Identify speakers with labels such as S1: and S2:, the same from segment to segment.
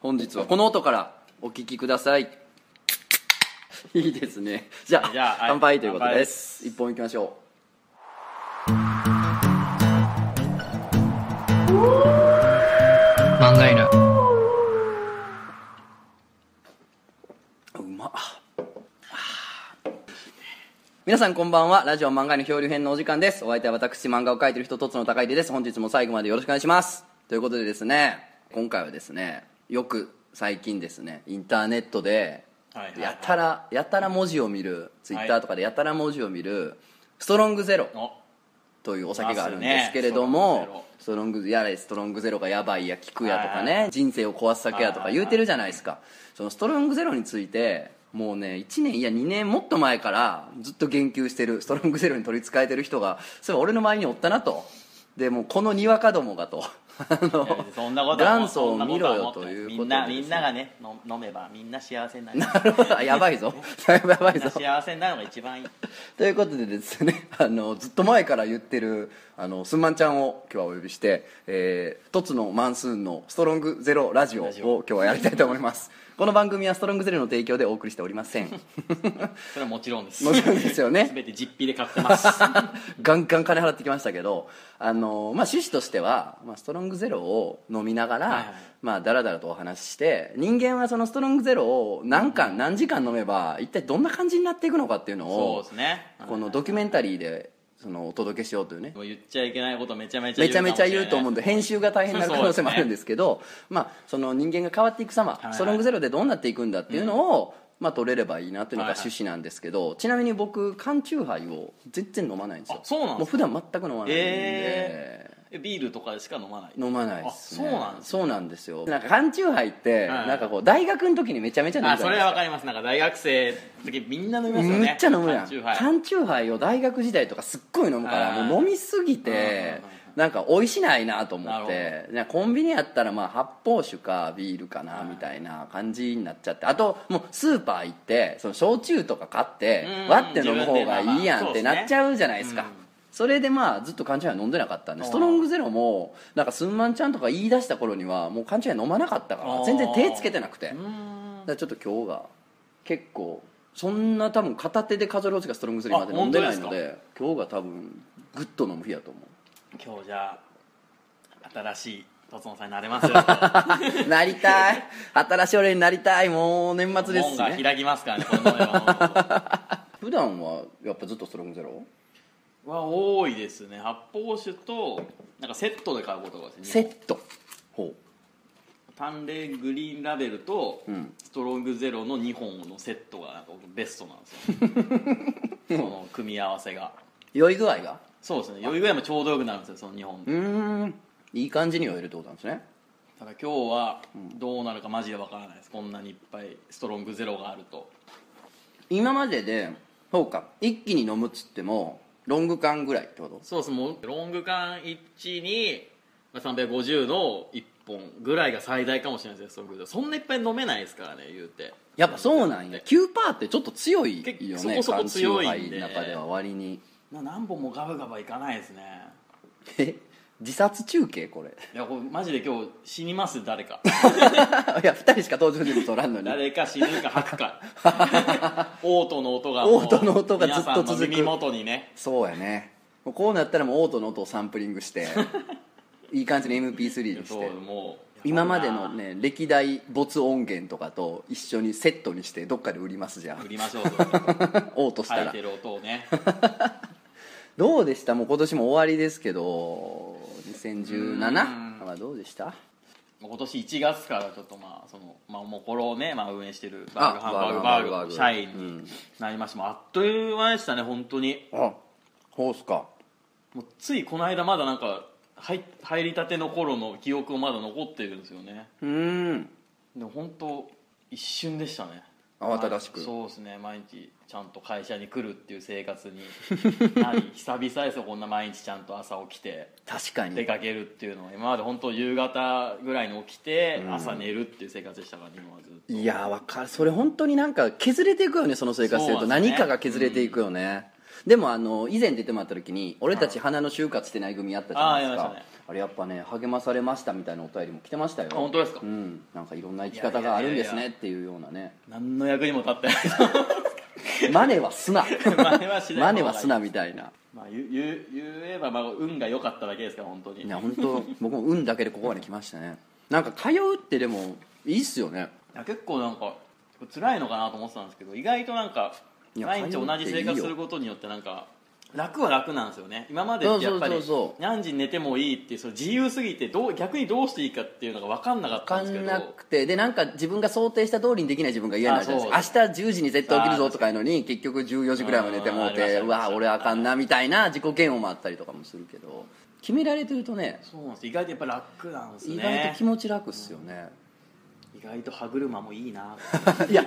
S1: 本日はこの音からお聞きください いいですねじゃあ
S2: じゃあはい
S1: 乾杯ということ
S2: 乾杯
S1: で
S2: ですす
S1: 一本いきましょ
S3: 漫画犬
S1: ううまっ皆さんこんばんはラジオ漫画の漂流編のお時間ですお相手は私漫画を描いてる人とつの高出です本日も最後までよろしくお願いしますということでですね今回はですねよく最近ですねインターネットで
S2: はいはいはい
S1: やたらやたら文字を見るツイッターとかでやたら文字を見るストロングゼロ
S2: お
S1: というお酒があるんですけれども、ストロングやれストロングゼロがやばいや効くやとか
S2: はい
S1: ね人生を壊す酒やとか
S2: はいはい
S1: 言
S2: はいう
S1: てるじゃないですかそのストロングゼロについてもうね1年いや2年もっと前からずっと言及してるストロングゼロに取りつかえてる人がそういえば俺の前におったなとでもうこのにわかどもがとあの
S2: いやそんなことは
S1: 元祖を見ろよということで
S2: みんなみんながねの飲めばみんな幸せになる
S1: なるほど やばい ぞだいぶやばい
S2: みんな
S1: ぞ
S2: 幸せになるのが一番いい
S1: ということでですね あのずっと前から言ってるあのすんまんちゃんを今日はお呼びして「えー、トツのマンスーンのストロングゼロラジオ」を
S2: ラジオ
S1: 今日はやりたいと思います この番組はストロングゼロの提供でお送りしておりません
S2: それはもちろんです
S1: もちろんですよね
S2: 全て実費で買ってます
S1: ガンガン金払ってきましたけどあの、まあ、趣旨としては、まあ、ストロングゼロを飲みながら、
S2: はいはい
S1: まあ、だらだらとお話しして人間はそのストロングゼロを何巻何時間飲めば一体どんな感じになっていくのかっていうの
S2: そう
S1: を
S2: ですね
S1: このドキュメンタリーでそのお届けしようというね
S2: もう言っちゃいけないことめちゃめちゃ
S1: めちゃめちゃ言うと思うんで編集が大変な可能性もあるんですけどまあ、その人間が変わっていく様、
S2: はいはい
S1: ストロングゼロでどうなっていくんだっていうのを、まあ、取れればいいなっていうのが
S2: はいはい
S1: 趣旨なんですけど、ちなみに僕缶チューハイを全然飲まないんですよ
S2: あそうなんですか
S1: もう普段全く飲まないんで、
S2: ええビールとかしか飲まない
S1: 飲まないです、ね、
S2: あそうなんです
S1: そうなんですよなんか缶チューハイって、
S2: はい
S1: なんかこう大学の時にめちゃめちゃ飲む
S2: あ
S1: じ
S2: そ
S1: ゃない
S2: れ
S1: です
S2: は
S1: か
S2: わかりますなんか大学生の時みんな飲みますよね
S1: めっちゃ飲むやん
S2: 缶チューハイ
S1: 缶チューハイを大学時代とかすっごい飲むか
S2: は
S1: ら
S2: い
S1: もう飲みすぎ
S2: うんうんうんう
S1: て
S2: ん
S1: なんかおいしないなと思
S2: な
S1: ってなんかコンビニやったらまあ発泡酒かビールかなみたいな感じになっちゃってあともうスーパー行ってその焼酎とか買って
S2: うん
S1: 割って飲む方がいいやんっ
S2: 自分で
S1: て
S2: まあまあ
S1: なっちゃうじゃないですか
S2: そうですねうん
S1: それでまあずっと缶チューハイ飲んでなかったんで
S2: あー
S1: ストロングゼロもなんかすんまんちゃんとか言い出した頃にはもう缶チューハイ飲まなかったか
S2: あ
S1: ら
S2: ー
S1: 全然手つけてなくて
S2: うーん
S1: だからちょっと今日が結構そんな多分片手で飾るおちがストロングゼリーまで飲んでないので
S2: あ
S1: 今日が多分グッと飲む日やと思う
S2: 今日じゃあ新しいとつのさんになれ ますよ門
S1: なりたい新しい俺になりたいもう年末ですし
S2: が
S1: ね
S2: 開きますからねこの飲めば飲むほど
S1: 普段はやっぱずっとストロングゼロ
S2: は多いですね発泡酒となんかセットで買うことが多いです
S1: セ
S2: ね
S1: ットほ
S2: 淡麗グリーンラベルと
S1: ん
S2: ストロングゼロの2本のセットがなんか僕ベストなんです よその組み合わせが
S1: う酔い具合が
S2: そうですね酔い具合もちょうどよくなるんですよその2本
S1: うーんいい感じに酔えるってことなんですね
S2: ただ今日はどうなるかマジでわからないですこんなにいっぱいストロングゼロがあると
S1: 今まででそうか一気に飲むっつってもロング缶ぐらいってこと
S2: そうですもうロング缶1にまあ350の1本ぐらいが最大かもしれないですねストロングゼロそんないっぱい飲めないですからね言うて
S1: やっぱそうなんや9%ってちょっと強いよ
S2: 結
S1: ね
S2: 構そこそこ強いん
S1: 缶チュー
S2: で
S1: ハイの中では割に
S2: な何本もガバガバいかないですね
S1: え自殺中継これ
S2: いやこれマジで今日死にます誰か
S1: いや2人しか登場人物おらんのに
S2: 誰か死ぬか吐くかオートの音が
S1: オートの音がずっと続く
S2: 皆さんの耳元にね
S1: そうやねもうこうなったらもうオートの音をサンプリングして いい感じの MP3 にし
S2: そう
S1: て
S2: もう
S1: 今までのね歴代没音源とかと一緒にセットにしてどっかで売りますじゃ
S2: 売
S1: ん
S2: りましょうと
S1: オートした
S2: 吐い
S1: ら
S2: てる音をね
S1: どうでしたもう今年も終わりですけど
S2: う
S1: 2017?
S2: ん
S1: まあどうでした
S2: もう今年1月からちょっとまあその、まあ、もうこれをね、まあ、運営してる
S1: あ
S2: バーグハンバーグバ
S1: バーグバー
S2: ー
S1: グ
S2: グ社員になりまして、もうあっという間でしたね本当に
S1: あそうっすか
S2: もうついこの間まだなんか入入りたての頃の記憶をまだ残ってるんですよね
S1: うーん
S2: でも本当一瞬でしたね
S1: 慌ただしく
S2: まあそうですね毎日ちゃんと会社に来るっていう生活 になり久々ですよこんな毎日ちゃんと朝起きて
S1: 確か
S2: 出
S1: に
S2: かけるっていうのは今まで本当夕方ぐらいに起きて朝寝るっていう生活でしたから、今はずっと
S1: いやーわかるそれ本当になんか削れていくよねその生活してると、
S2: そうなんですね
S1: 何かが削れていくよね、でもあの以前出てもらった時に俺たち花の就活してない組やったじゃないですか、
S2: あーやりましたね
S1: あれやっぱね励まされましたみたいなお便りも来てましたよ
S2: あ本当ですか
S1: うんなんかいろんな生き方があるんです
S2: いやいやいやい
S1: ね
S2: や
S1: っていうようなね
S2: 何の役にも立ってな い
S1: マネはす な
S2: 真似はしない
S1: マネはすなみたいな
S2: まあ言う言う言えば、まあ、運が良かっただけですから本当に
S1: いや本当僕も運だけでここまで来ましたねなんか通うってでもいいっすよね
S2: いや結構なんか辛いのかなと思ってたんですけど意外となんか
S1: いや
S2: 毎日同じ生活することによってなんか楽は楽なんですよね今までってやっぱり
S1: そうそうそうそう
S2: 何時に寝てもいいっていうその自由すぎてどう逆にどうしていいかっていうのが分かんなかっ
S1: 分
S2: た
S1: か
S2: んですけ
S1: ん
S2: ど
S1: なくてでなんか自分が想定した通りにできない自分が嫌になるじゃないですか明日10時に絶対起きるぞとかいうのに結局14時ぐらいまで寝てもう
S2: うんありましてた
S1: うわ俺あかんなみたいな自己嫌悪もあったりとかもするけど決められてるとね
S2: そうなんです意外とやっぱ楽なんですね
S1: 意外と気持ち楽っすよね、
S2: 意外と歯車もいいな
S1: いや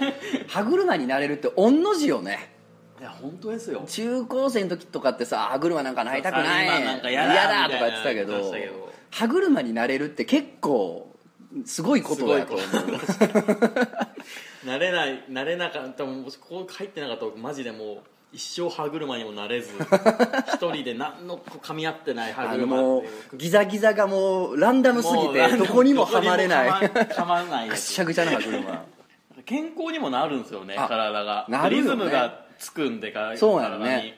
S1: 歯車になれるって御の字よね
S2: いや本当ですよ
S1: 中高生の時とかってさ歯車なんかなりたくない
S2: そうなんか嫌だ
S1: とか言ってたけ
S2: みたいな言って
S1: ど
S2: ましたけど
S1: 歯車になれるって結構すごいことだと思う
S2: すごいこと慣れない慣れなかったもうここ入ってなかったら僕マジでもう一生歯車にもな れず一人で何のこう噛み合ってない歯
S1: あの
S2: 車
S1: も
S2: っていう
S1: うギザギザがもうランダムすぎ
S2: もう
S1: てどこにもはまれない
S2: どこにもはまはまらない
S1: ぐっ
S2: やつ
S1: しゃぐちゃな歯車
S2: 健康にもなるんですよね
S1: あ
S2: 体が、
S1: なるよ
S2: リ
S1: ね
S2: ズムがつくんでか
S1: そうやろね
S2: 体に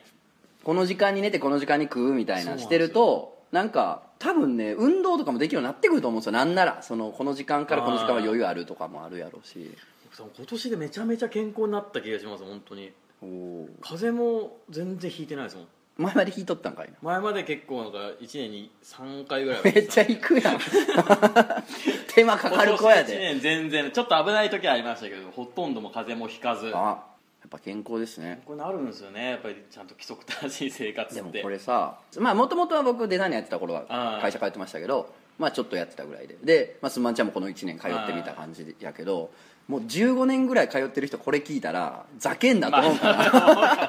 S1: この時間に寝てこの時間に食うみたい
S2: そうなん
S1: な
S2: ですよ
S1: してるとなんか多分ね運動とかもできるようになってくると思うんですよなんならそのこの時間からこの時間は余裕あるとかもあるやろうし
S2: そう今年でめちゃめちゃ健康になった気がします本当に
S1: おー
S2: 風邪も全然ひいてないですもん
S1: 前まで引いとったんかいな
S2: 前まで結構なんか1年に3回ぐらいは
S1: めっちゃ行くやん 手間かかる子や
S2: 今
S1: で
S2: 年一年全然ちょっと危ない時はありましたけどほとんどもう風邪もひかず
S1: あやっぱ健康ですね
S2: これなるんですよねやっぱりちゃんと規則正しい生活って
S1: でもこれさまあもともとは僕デザインやってた頃は会社通ってましたけどまあちょっとやってたぐらいでで、まあ、すんまんちゃんもこの1年通ってみた感じやけどもう15年ぐらい通ってる人これ聞いたらざけんなと思うから、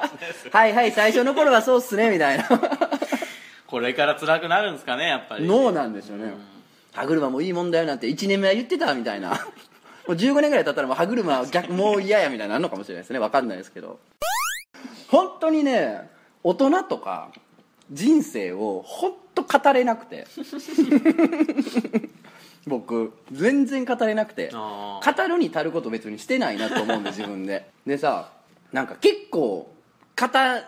S1: はいはい最初の頃はそうっすねみたいな
S2: これから辛くなるんですかねやっぱり
S1: 脳なんですよね、歯車もいいもんだよなんて1年目は言ってたみたいな もう15年ぐらい経ったらもう歯車は逆もう嫌やみたいになるのかもしれないですね分かんないですけど本当にね大人とか人生を本当語れなくて 僕全然語れなくて
S2: あー
S1: 語るに足ること別にしてないなと思うんで自分ででさなんか結構語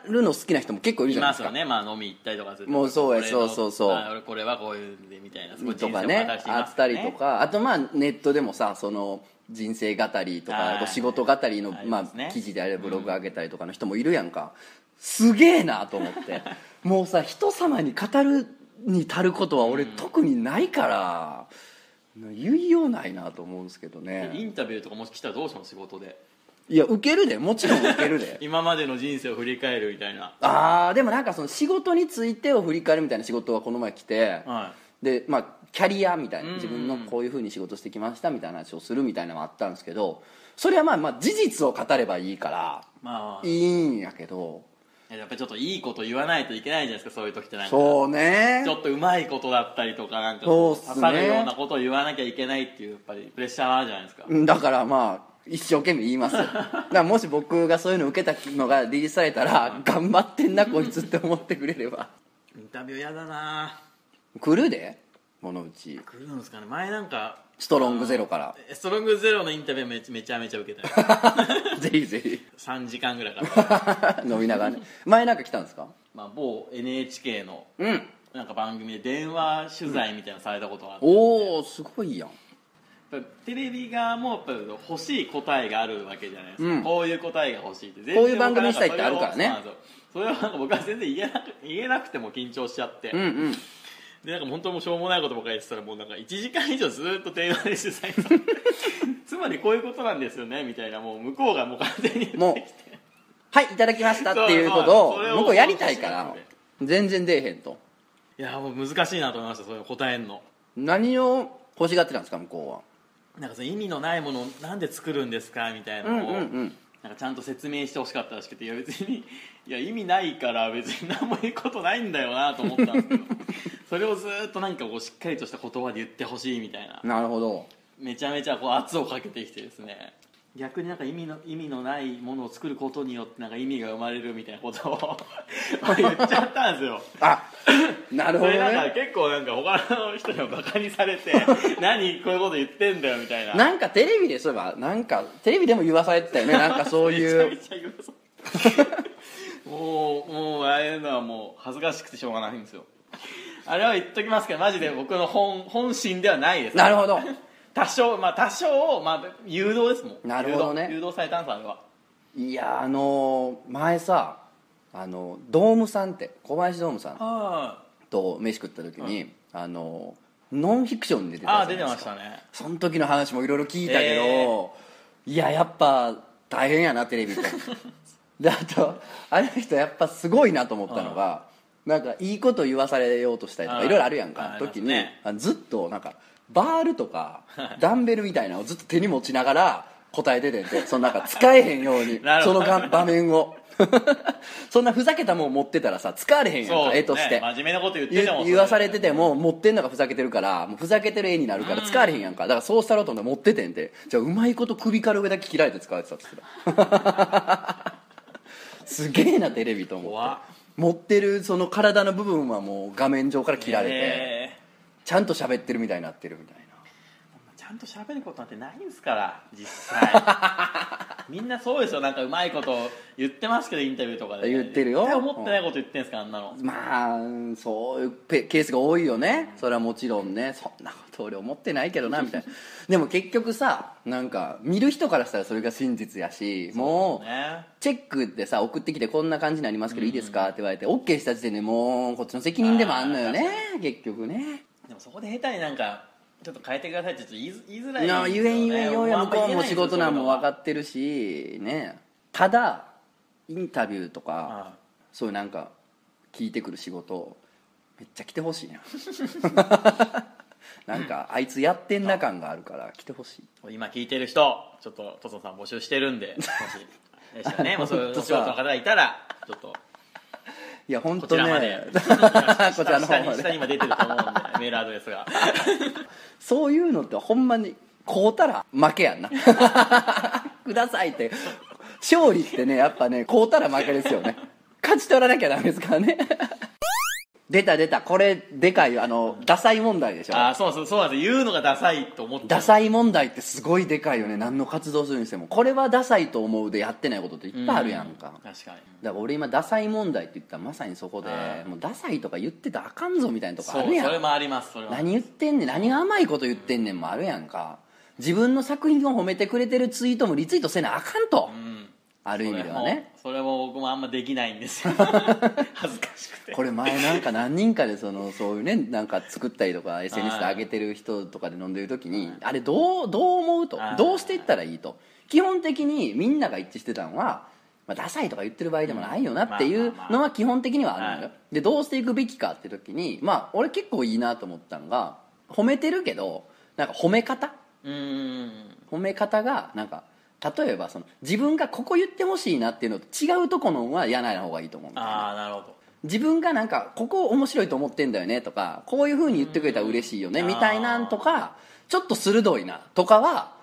S1: るの好きな人も結構いるじゃ
S2: い
S1: ない
S2: ま
S1: です
S2: す
S1: か
S2: よねまあ飲み行ったりとかする
S1: もうそうや
S2: 俺の
S1: そうそうそう
S2: あ俺これはこういうんでみたいなすごい
S1: と
S2: 人生を
S1: か
S2: 語
S1: ね
S2: らせてい
S1: あ
S2: ま
S1: っ
S2: す
S1: た
S2: から
S1: り
S2: ね
S1: とかあとまあネットでもさその人生語りと
S2: は
S1: か
S2: い
S1: こう仕事語りの
S2: あり
S1: ま
S2: ま
S1: あ
S2: すね
S1: 記事であればブログ上げたりとかの人もいるやんかすげえなと思ってもうさ人様に語るに足ることは俺特にないから言いようないなと思うんですけど
S2: イ
S1: ね
S2: ンタビューとかもし来たらどうしよう仕事で
S1: いや受けるでもちろん受けるで
S2: 今までの人生を振り返るみたいな
S1: あーでもなんかその仕事についてを振り返るみたいな仕事はこの前来て、
S2: は
S1: でまあキャリアみたいな
S2: うんうん
S1: 自分のこういうふうに仕事してきましたみたいな話をするみたいなのもあったんですけどそれはまあまあ事実を語ればいいから
S2: いまあ
S1: いいんやけど
S2: やっぱりちょっといいこと言わないといけないじゃないですかそういう時ってなんか
S1: そうね
S2: ちょっとうまいことだったりとかなんか
S1: そうっすね
S2: 刺さるようなことを言わなきゃいけないっていうやっぱりプレッシャーはあるじゃないですか
S1: だからまあ一生懸命言いますよだからもし僕がそういうの受けたのがリリースされたら頑張ってんなこいつって思ってくれれば
S2: インタビューやだな
S1: 来るでこのうち
S2: 来るんですかね前なんか
S1: ストロングゼロから
S2: ストロングゼロのインタビューめちめちゃめちゃ受けた よ
S1: ぜひぜひ
S2: 3時間ぐらいから、
S1: 飲みながらね前なんか来たんですか
S2: まあ、某 NHK の
S1: うん
S2: なんか番組で電話取材みたいなのされたことがあって、やっ
S1: おおすごいやん
S2: ぱりテレビ側もやっぱり欲しい答えがあるわけじゃないですか、
S1: うん
S2: こういう答えが欲しいって
S1: こういう番組にしたいってあるからね
S2: それはなんか僕は全然言えなく言えなくても緊張しちゃって、
S1: うんうん
S2: でなんか本当もうしょうもないことばっかり言ってたらもうなんか1時間以上ずっと電話で取材されてつまりこういうことなんですよねみたいなもう向こうがもう完全に
S1: もうはいいただきましたっていうことを向こうやりたいから全然出えへんと
S2: いやもう難しいなと思いましたそういうの答えんの
S1: 何を欲しがってたんですか向こ
S2: なんかその意味のないものをなんで作るんですかみたいなのを、
S1: うんうんうん
S2: なんかちゃんと説明してほしかったらしくていや別にいや意味ないから別に何も言うことないんだよなと思ったんですけ どそれをずっとなんかこうしっかりとした言葉で言ってほしいみたいな
S1: はなるほど
S2: めちゃめちゃこう圧をかけてきてですね逆になんか意味の意味のないものを作ることによってなんか意味が生まれるみたいなことを 言っちゃったんですよ
S1: あなるほ
S2: そ
S1: ど
S2: れなん
S1: ね
S2: か結構なんか他の人にもバカにされて何こういうこと言ってんだよみたいな
S1: なんかテレビでそういえばなんかテレビでも言わされてたよねなんかそうい
S2: め
S1: う
S2: ちゃめちゃ言わさもうもうああいうのはもう恥ずかしくてしょうがないんですよあれは言っときますけどマジで僕の本本心ではないです
S1: なるほど
S2: 多少まあ多少まあ誘導ですもん
S1: なるほどね
S2: 誘導誘導されたんですあれはい
S1: やあのー前さあのドームさんって小林ドームさん
S2: あ
S1: と飯食った時に、あのノンフィクションに出てた
S2: あ
S1: じ
S2: 出
S1: ゃな
S2: て
S1: い
S2: ま
S1: ですか
S2: したね
S1: その時の話もいろいろ聞いたけど、いややっぱ大変やなテレ ビってであとあの人やっぱすごいなと思ったのが、なんかいいこと言わされようとしたりと
S2: う
S1: か
S2: ん
S1: いろいろあるやん
S2: あ
S1: か
S2: あります
S1: 時に、
S2: ね
S1: あのずっとなんかバールと かダンベルみたいなのをずっと手に持ちながら答えててんてそのなんか使えへんように
S2: なる
S1: そ
S2: ほ
S1: の
S2: ど
S1: が場面を そんなふざけたもん持ってたらさ使われへんやん
S2: そう
S1: か、絵として
S2: ね真面目なこと言って
S1: 言
S2: ても
S1: 言わされてても持ってんのがふざけてるからもうふざけてる絵になるから使われへんやんかだからそうしたろうと思って持っててんてじゃあうまいこと首から上だけ切られて使われてたって言 ってたすげえなテレビと思って
S2: 怖っ
S1: 持ってるその体の部分はもう画面上から切られて、
S2: ええ
S1: ちゃんと喋ってるみたいになってるみたい
S2: ちゃんと喋ることなんてないんですから 実際みんなそうですよなんかうまいこと言ってますけどインタビューとかで
S1: 言ってるよ
S2: 絶対思ってないこと言ってんすかあんなの
S1: なまあうんそういうペケースが多いよねそれはもちろんねそんなこと俺思ってないけどなみたいなでも結局さなんか見る人からしたらそれが真実やしもう
S2: ね
S1: チェックでさ送ってきてこんな感じになりますけどいいですかって言われて OK した時点でもうこっちの責任でもあんのよね結局ね
S2: でもそこで下手になんかちょっと変えてくださいってちょっと言いづ言いづらい
S1: いや
S2: です
S1: ゆえんゆえんようや
S2: あ
S1: 向
S2: んま
S1: こう
S2: 言え
S1: も
S2: ないんです
S1: 仕
S2: よ
S1: 事なんも分か
S2: そ
S1: ってるしねただインタビューと
S2: ういうの
S1: か
S2: は
S1: そういうなんか聞いてくる仕事めっちゃ来てほしい ななんかあいつやってんな感があるから来てほしい
S2: うん今聞いてる人ちょっとトソンさん募集してる んでもしでしたらねもうそういうお仕事の方がいたらちょっと
S1: いや本
S2: こ
S1: 当
S2: ち
S1: ね
S2: らまで
S1: こちらの
S2: 下
S1: 方
S2: に
S1: ま
S2: 下
S1: で
S2: に今出てると思うんでメールアドレスが
S1: そういうのってほんまに買うたら負けやんな くださいって勝利ってねやっぱね買うたら負けですよね勝ち取らなきゃダメですからね出た出たこれでかいよあのダサい問題でしょ
S2: あーそうそうそうなんですよ言うのがダサいと思って
S1: ダサい問題ってすごいでかいよね何の活動するにしてもこれはダサいと思うでやってないことっていっぱいあるやんか、
S2: 確かに
S1: だから俺今ダサい問題って言ったらまさにそこで
S2: あ
S1: もうダサいとか言ってたらあかんぞみたいなとこ
S2: そ
S1: あ
S2: うそ
S1: るやん
S2: れもありますそれも
S1: 何言ってんねん何が甘いこと言ってんねんもあるやんか自分の作品を褒めてくれてるツイートもリツイートせなあかんと、
S2: ん
S1: ある意味ではね
S2: それも僕もあんまできないん ですよ恥ずかしくて
S1: これ前なんか何人かでそのそういうねなんか作ったりとか SNS で上げてる人とかで飲んでる時にあれどうどう思うと
S2: はい
S1: どうしていったらいいと基本的にみんなが一致してたのは、まあ、ダサいとか言ってる場合でもないよなってい
S2: ま
S1: う
S2: あまあまあ
S1: のは基本的にはあるのよ
S2: はい
S1: でどうしていくべきかって時にまあ俺結構いいなと思ったのが褒めてるけどなんか褒め方
S2: うーん
S1: 褒め方がなんか例えばその自分がここ言ってほしいなっていうのと違うとこのは嫌ない方がいいと思うんだよね
S2: ああなるほど
S1: 自分がなんかここ面白いと思ってんだよねとかこういうふうに言ってくれたら嬉しいよね
S2: うん
S1: みたいなんとかちょっと鋭いなとかは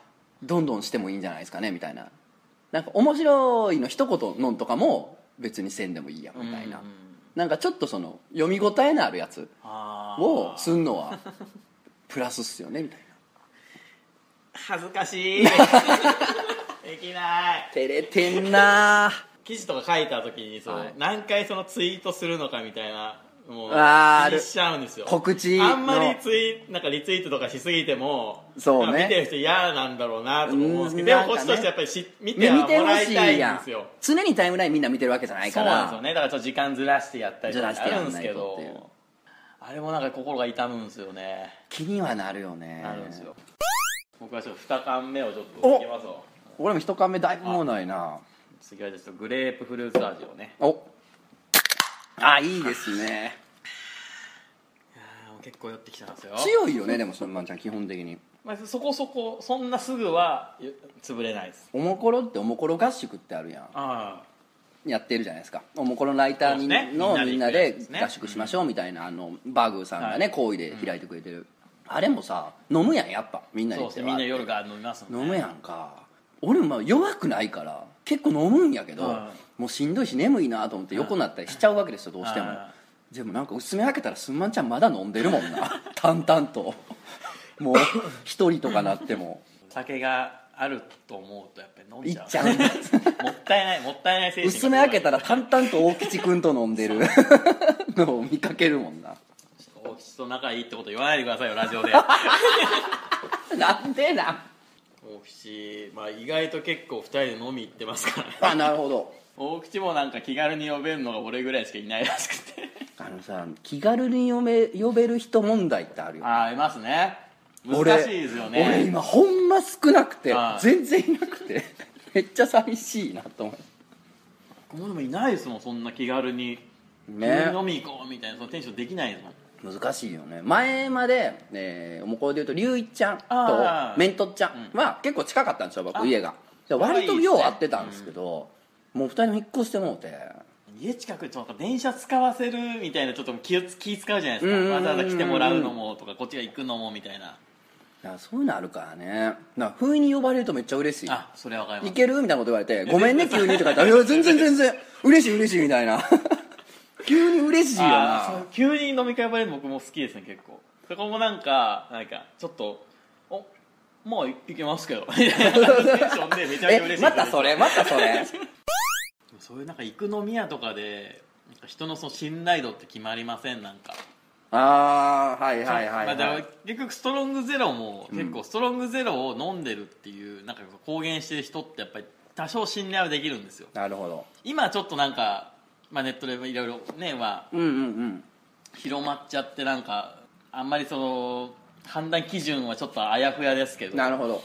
S1: どんどんしてもいいんじゃないですかねみたいななんか面白いの一言のんとかも別にせんでもいいやんみたいな
S2: うんうん
S1: なんかちょっとその読み応えのあるやつ
S2: ああ
S1: をすんのはプラスっすよねみたいな
S2: 恥ず かしいできない
S1: 照れてんなあ
S2: 記事とか書いた時にそう、
S1: はい
S2: 何回そのツイートするのかみたいなもう
S1: あーあ
S2: 気
S1: る
S2: にしちゃうんですよ
S1: 告知の
S2: あんまりツイなんかリツイートとかしすぎても
S1: そうね
S2: なんか見てる人嫌なんだろうなとか思うんですけど、
S1: うん
S2: でもこっちとしてやっぱりし見ては
S1: 見て
S2: も
S1: ほ
S2: ら
S1: し
S2: い
S1: い
S2: たい
S1: や
S2: ん
S1: ん
S2: ですよ
S1: 常にタイムラインみんな見てるわけじゃない
S2: そ
S1: か
S2: う
S1: ら
S2: なんですよねだからちょっと時間ずらしてやったりとか
S1: ずらして
S2: あ
S1: や
S2: るん
S1: ん
S2: で
S1: な
S2: す
S1: い
S2: け
S1: とっていう
S2: どあれもなんか心が痛むんですよね
S1: 気にはなるよね
S2: あるんですよ僕はちょっと2缶目をちょっ
S1: お
S2: といきますよ
S1: 俺も一缶目だいぶもうないな
S2: 次はちょっとグレープフルーツ味をね
S1: おあいいですね
S2: あーもう結構寄ってきたんですよ
S1: 強いよねでもそのまんちゃん基本的に
S2: まあ、そこそこそんなすぐはゆ潰れないです
S1: おもころっておもころ合宿ってあるや
S2: あ
S1: んやってるじゃないですかおもころライターに
S2: そうですね
S1: のみ
S2: み
S1: ん
S2: ん
S1: な
S2: な
S1: で
S2: で行くやつですね
S1: 合宿しましょうみたいなあのバーグーさんがね
S2: は
S1: 好意で開いてくれてるあれもさ飲むやんやっぱみん
S2: あ
S1: なで行
S2: そうで
S1: っ
S2: す
S1: て
S2: ねみんな
S1: わ
S2: 夜から飲みますもん
S1: 飲むやんか俺もまあ弱くないから結構飲むんやけど、
S2: は
S1: もうしんどいし眠いなと思って横になったりしちゃうわけですよどうしても、
S2: はいは
S1: でもなんか薄め開けたらすんまんちゃんまだ飲んでるもん な淡々ともう一人とかなって も
S2: 酒があると思うとやっぱり飲ん
S1: いっ
S2: じゃう
S1: ちゃうんだ
S2: もったいないもったいない精神が
S1: 薄め開けたら淡々と大吉君と飲んでる のを見かけるもんな
S2: 大吉と仲いいってこと言わないでくださいよラジオで
S1: なんでなん
S2: 大吉、まあ、意外と結構2人で飲み行ってますからね
S1: あなるほど
S2: 大口もなんか気軽に呼べるのが俺ぐらいしかいないらしくて
S1: あのさ気軽に呼べ呼べる人問題ってあるよ
S2: ああいますね難
S1: 俺
S2: しいですよ
S1: 俺
S2: ね
S1: 今ほんま少なくて
S2: はい
S1: 全然いなくて めっちゃ寂しいなと思う
S2: 俺もいないですもんそんな気軽に、
S1: ね
S2: 急に飲み行こうみたいなそのテンションできないですもん
S1: 難しいよね前まで、えー、もうこれで言うと龍一ちゃん
S2: あ
S1: と
S2: ー
S1: メントちゃんは結構近かったんですよ僕
S2: あ
S1: 家がで
S2: れはい
S1: 割
S2: いです
S1: と
S2: ね
S1: よう会ってたんですけど、もう二人も引っ越してもうて
S2: 家近くちょっと電車使わせるみたいなちょっと気を気使うじゃないですか、
S1: うんうんうんうん
S2: わざわざ来てもらうのもとかこっちが行くのもみたいな
S1: だからそういうのあるからねだから不意に呼ばれるとめっちゃ嬉しい
S2: あそれはわかり
S1: い
S2: ます
S1: けるみたいなこと言われて「ごめんね急に」とか言 ったら「いや全然全然嬉しい嬉しい」みたいな 急に嬉しいよ
S2: あーそ
S1: な
S2: う急に飲み会呼ばれるの僕も好きですね結構そこもなんかなんかちょっとおまあいいけますけど みたいなテンションでめちゃめちゃ嬉しいで
S1: え
S2: す
S1: またそれまたそれ
S2: そういうなんか行く飲み屋とかでなんか人のその信頼度って決まりませんなんか
S1: ああはいはいはい、
S2: まあだ
S1: は
S2: から
S1: い、
S2: 結局ストロングゼロも結構ストロングゼロを飲んでるっていうなんか公言してる人ってやっぱり多少信頼はできるんですよ
S1: なるほど
S2: 今ちょっとなんか、まあ、ネットでいろいろねまあ
S1: うんうんうん
S2: 広まっちゃってなんかあんまりその判断基準はちょっとあやふやですけど
S1: なるほど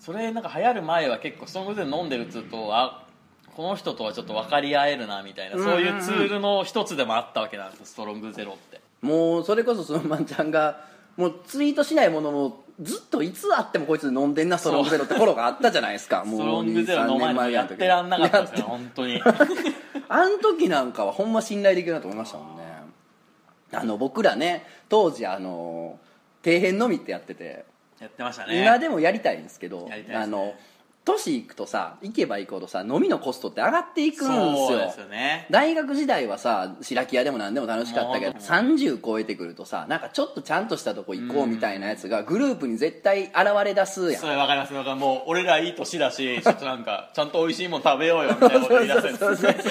S2: それなんか流行る前は結構そのぐらい飲んでるっつうとあこの人とはちょっと分かり合えるなみたいなそういうツールの一つでもあったわけなんですよストロングゼロって
S1: もうそれこそそのまんちゃんがもうツイートしないものもずっといつあってもこいつ飲んでんなストロングゼロって頃があったじゃないですか
S2: ス
S1: もう
S2: トロングゼロの
S1: 2 3
S2: 前にも
S1: ぐ
S2: や
S1: の
S2: っ
S1: 時
S2: てらんなかったですよね
S1: や
S2: 本当に
S1: あん時なんかはほんま信頼できるなと思いましたもんねあの僕らね当時あの底辺のみってやってて
S2: やってました
S1: 今
S2: ね
S1: でもやりたいんですけど
S2: やりたいですね
S1: あの都市行くとさ行けば行くほどさ飲みのコストって上がっていくんです
S2: そう
S1: よ
S2: ですよね
S1: 大学時代はさ白木屋でも何でも楽しかったけど
S2: もう
S1: 30超えてくるとさなんかちょっとちゃんとしたとこ行こうみたいなやつがグループに絶対現れ出すやん
S2: それ分かりますなんかもう俺らいい年だしちょっとなんかちゃんと美味しいもん食べようよみたいなこと言い出すんです
S1: そうそうそう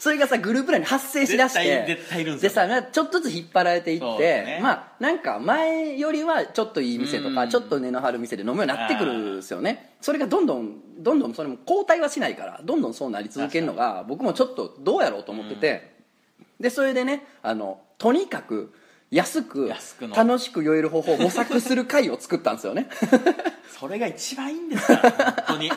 S1: それがさグループ内に発生しだして
S2: 絶対絶対いるんですよ
S1: さなんかちょっとずつ引っ張られていって、
S2: そうね
S1: まあなんか前よりはちょっといい店とか、
S2: うん
S1: ちょっと根の張る店で飲むようになってくるんですよねそれがどんどんどんどんそれも交代はしないからどんどんそうなり続けるのが僕もちょっとどうやろうと思ってて、でそれでねあのとにかく安く
S2: 安くの
S1: 楽しく酔える方法を模索する会を作ったんですよね
S2: それが一番いいんですから本当に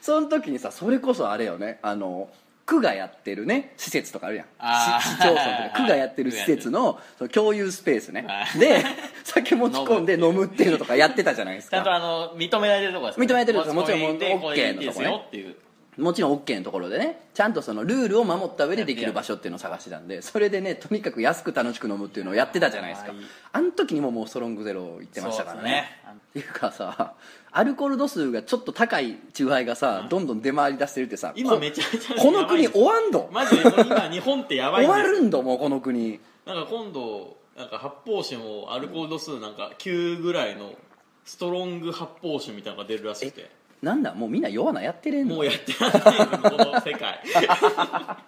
S1: その時にさそれこそあれよねあの区がやってるね施設とかあるやん
S2: あー
S1: 市市町村とか区がやってる施設のその共有スペースね
S2: はい
S1: で 酒持ち込んで飲むっていうのとかやってたじゃないです
S2: ちゃんと
S1: か
S2: あの認められてるとこです
S1: 認められてるとこ
S2: 持ち込み
S1: もちろん
S2: で
S1: OK
S2: これいいですよっていう
S1: もちろん OK のところでねちゃんとそのルールを守った上でできる場所っていうのを探してたんでそれでねとにかく安く楽しく飲むっていうのをやってたじゃないですか
S2: はい
S1: あの時にももうストロングゼロ行ってましたからね
S2: そう
S1: っ
S2: ですね
S1: ていうかさアルコール度数がちょっと高いチューハイがさどんどん出回り出してるってさ
S2: 今
S1: こ
S2: めちゃめちゃ
S1: この国
S2: やばい
S1: 終わんど
S2: マジでもう今日本ってやばい
S1: 終
S2: んで
S1: わ
S2: すよ
S1: るんだもうこの国
S2: なんか今度なんか発泡酒もアルコール度数なんか9ぐらいのストロング発泡酒みたいなのが出るらしくて
S1: なんだもうみんな弱なやってれん
S2: も
S1: の
S2: うやってらんないよこの 世界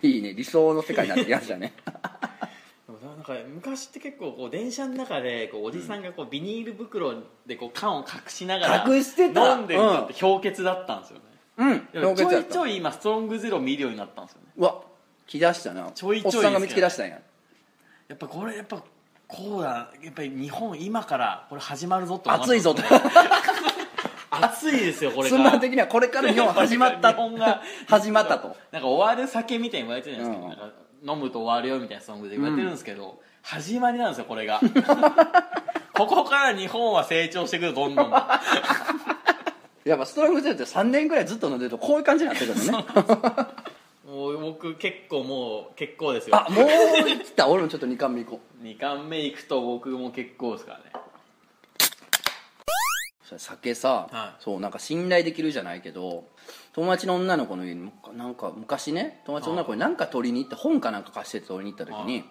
S1: いいね理想の世界になってきました ね
S2: でもなんか昔って結構こう電車の中でこうおじさんがこうビニール袋でこう缶を隠しながら
S1: 隠してた
S2: 飲んでるのって氷結だったんですよね、
S1: うん
S2: でもちょいち
S1: い
S2: ょい今ストロングゼロ見るようになったんですよね
S1: うわ来だしたな
S2: ちょいちょい
S1: おっさんが見つけ出したんや
S2: やっぱこれやっぱこうだやっぱり日本今からこれ始まるぞと思って
S1: 熱いぞと
S2: 熱いですよこれ
S1: スンマン的にはこれから日本始まった
S2: 日 本が
S1: 始まったと
S2: なんか終わる酒みたいに言われてるじゃないですか,、
S1: うん
S2: なんか飲むと終わるよみたいなソングで言われてるんですけど、始まりなんですよ これがここから日本は成長してくるどんどん
S1: やっぱストロングゼロって3年ぐらいずっと飲んでるとこういう感じになってくるのね
S2: もう僕結構もう結構です よ
S1: あもう来た俺もちょっと2巻目行こ
S2: 2巻目いくと僕も結構ですからね
S1: それ酒さ、
S2: は
S1: そうなんか信頼できるじゃないけど友達の女の子の家になんか昔ね友達の女の子に何か取りに行って本かなんか貸してて取りに行った時に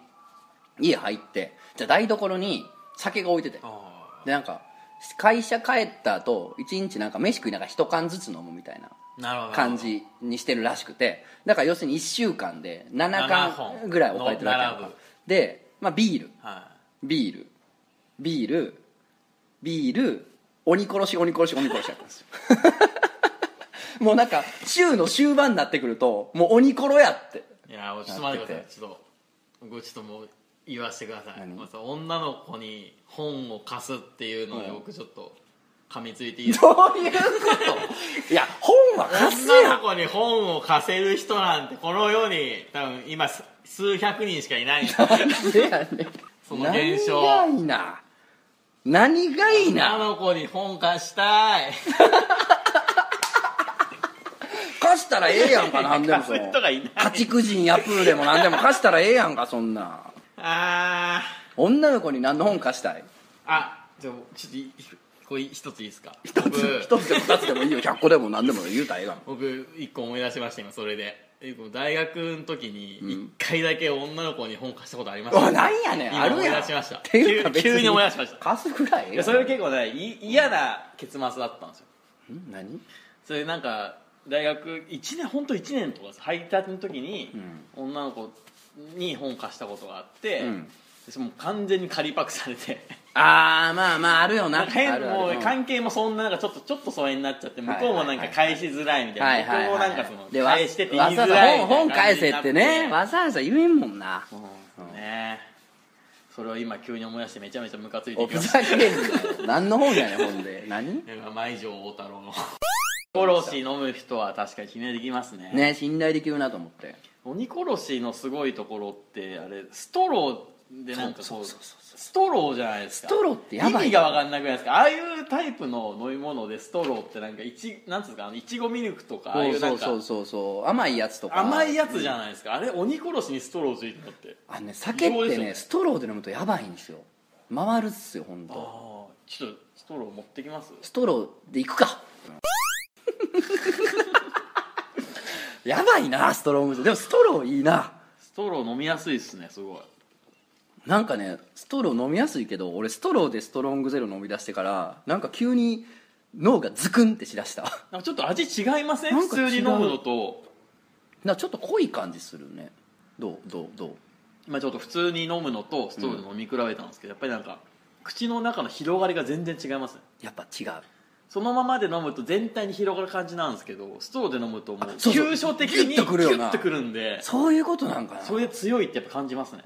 S1: 家入ってじゃあ台所に酒が置いてて
S2: あ
S1: でなんか会社帰った後一日なんか飯食いながら一缶ずつ飲むみたいな
S2: あなるほど
S1: 感じにしてるらしくてだから要するに1週間で7
S2: 7
S1: 缶
S2: 本
S1: ぐらい置かれてるわけやん
S2: 並
S1: か
S2: ぶ
S1: で、まあ、ビール
S2: は
S1: ビールビールビール鬼殺し鬼殺し鬼殺しやったん ですよもうなんか週の終盤になってくるともう鬼コロやって
S2: いいやちょっと待ってくださ
S1: や
S2: い
S1: っ
S2: ちょっと僕ちょっともう言わせてください
S1: 何
S2: まず女の子に本を貸すっていうので僕ちょっと噛みついていいですか
S1: どういうこといや本は 貸す
S2: 女
S1: や
S2: の
S1: ん
S2: 子に本を貸せる人なんてこの世に多分今す数百人しか いないんですよ
S1: せやね
S2: その現象
S1: 何がいいな何がいい
S2: 女
S1: な
S2: の子に本貸したい
S1: 貸したらええやんか 何でもその
S2: 貸す人がいない
S1: 家畜人ヤプーでも何でも貸したらええやんかそんな
S2: あー
S1: 女の子に何の本貸したい
S2: あじゃあちょっといこれ一ついいですか
S1: 一つ一つでも二つでもいいよ100個でも何でも言うたらええがな
S2: 僕一個思い出しました今それでえ僕大学の時に一回だけ女の子に本貸したことありました、
S1: おいなんやねん
S2: 今
S1: あるやん
S2: 思い出しました
S1: っていうか
S2: 急
S1: 別
S2: 急に思い出しました
S1: 貸すぐらいええや
S2: いや
S1: ん
S2: それは結構ねい嫌な結末だったんですよ
S1: ん何
S2: それでなんか大学1年本当1年とかです入りたての時に、女の子に本貸したことがあって、
S1: うん
S2: 私もう完全に借りパクされて
S1: ああまあまああるよな
S2: なんか変
S1: あるあ
S2: も
S1: る
S2: う関係もそんななんかちょっとちょっと疎遠になっちゃって向こうもなんか返しづらいみた
S1: はいい
S2: な、
S1: はい
S2: 僕も
S1: はい
S2: なんかその
S1: でわ
S2: 返してって言
S1: わ
S2: いづ
S1: ざ
S2: ら
S1: わざ
S2: いみたいな
S1: 本本
S2: 感
S1: 返
S2: じに
S1: せ
S2: な
S1: ってね
S2: っ
S1: わざわざ言えんもんな
S2: てねそれを今急に思い出してめちゃめちゃムカついて
S1: お
S2: きま
S1: ふ
S2: し
S1: ざけんなよ何の本やねんほんで何
S2: た舞城大太郎 の殺し飲む人は確かに決めできますね
S1: ね信頼できるなと思って
S2: 鬼殺しのすごいところってあれストローでなんか
S1: そ
S2: こ
S1: う
S2: う
S1: そうそう
S2: ストローじゃないですか
S1: ストローってやばい
S2: 意味が分かんなくないですかああいうタイプの飲み物でストローってなんかいちなんつうんですかあのいちごミルクとかああいうな
S1: そ
S2: ん
S1: うそう
S2: か
S1: そうそう甘いやつとか
S2: 甘いやつじゃないですかあれ鬼殺しにストローついてたって
S1: あのね酒
S2: 異常
S1: っ
S2: で
S1: て
S2: すよね
S1: ねストローで飲むとやばいんですよ回るっすよ本
S2: あ
S1: 当。
S2: あちょっとストロー持ってきます
S1: ストローでいくかやばいなストロー無常でもストローいいな
S2: ストロー飲みやすいっすねすごい
S1: なんかねストロー飲みやすいけど俺ストローでストロングゼロ飲み出してからなんか急に脳がズクンってしだした
S2: なんかちょっと味違いません
S1: なん
S2: 普
S1: か違う
S2: 通に飲むのと
S1: なんかちょっと濃い感じするねどうどうどう
S2: 今ちょっと普通に飲むのとストローで飲み比べたんですけど、やっぱりなんか口の中の広がりが全然違いますね
S1: やっぱ違う
S2: そのままで飲むと全体に広がる感じなんですけどストローで飲むともう
S1: あそうそう
S2: 急所的に
S1: ギ
S2: ギ
S1: ュッ
S2: ュ
S1: とくるよな
S2: ッとくるんで
S1: そういうことなんかな
S2: それで強いってやっぱ感じますね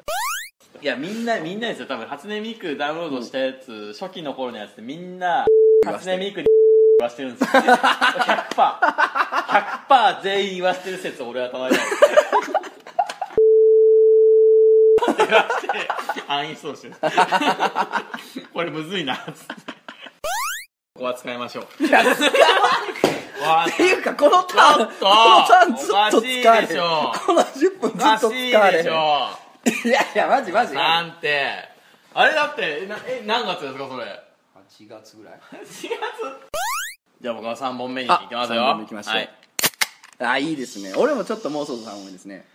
S2: いやみんなみんなですよ多分初音ミクダウンロードしたやつ、初期の頃のやつってみんな
S1: 言わせて
S2: 初音ミクに 言わしてるんですよ 100%100% 全員言わしてる説俺はたまに ある言わしてアンインストールしてる これむずい なつってここは使いましょう
S1: いや使わん
S2: わ
S1: っていうかこのターン
S2: ちょっ
S1: こ
S2: と
S1: のターンずっと使われ
S2: おかしいで
S1: へん
S2: しょ
S1: この10分
S2: お
S1: ず
S2: か
S1: っ
S2: し
S1: と
S2: い
S1: 使われへ
S2: で
S1: ん
S2: しょ
S1: いやいやマジマジ
S2: なんてあれだってえなえ何月ですかそれ
S1: 8月ぐらい
S2: 4月じゃあ僕は3本目に
S1: あ
S2: 行きますよ
S1: 3本目いきましょう
S2: はい、
S1: あいいですね俺もちょっともうそろそろ3本目ですね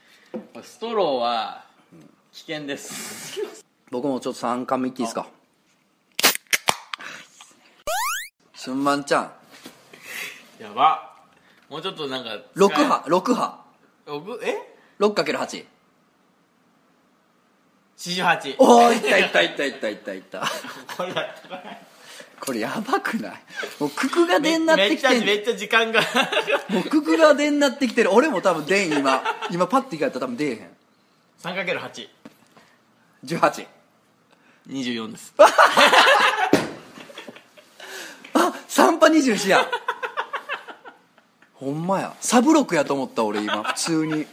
S2: これストローは危険です、
S1: 僕もちょっと3巻目いっていいですかすんまんちゃん
S2: やばもうちょっとなんか
S1: 6波6波
S2: 6え
S1: 6×8
S2: 48
S1: お おいったいったいったいったいったいった
S2: これだ
S1: これやばくないもうククが出んなっ
S2: め
S1: て
S2: っ
S1: き
S2: ちゃ
S1: てん
S2: めっちゃ時間が
S1: もうククが出んなってきてる俺も多分出ん今今パッていかれたら多分出えへん
S2: 3×824
S1: 18
S2: です
S1: あ三波24やほんまやサブロクやと思った俺今普通に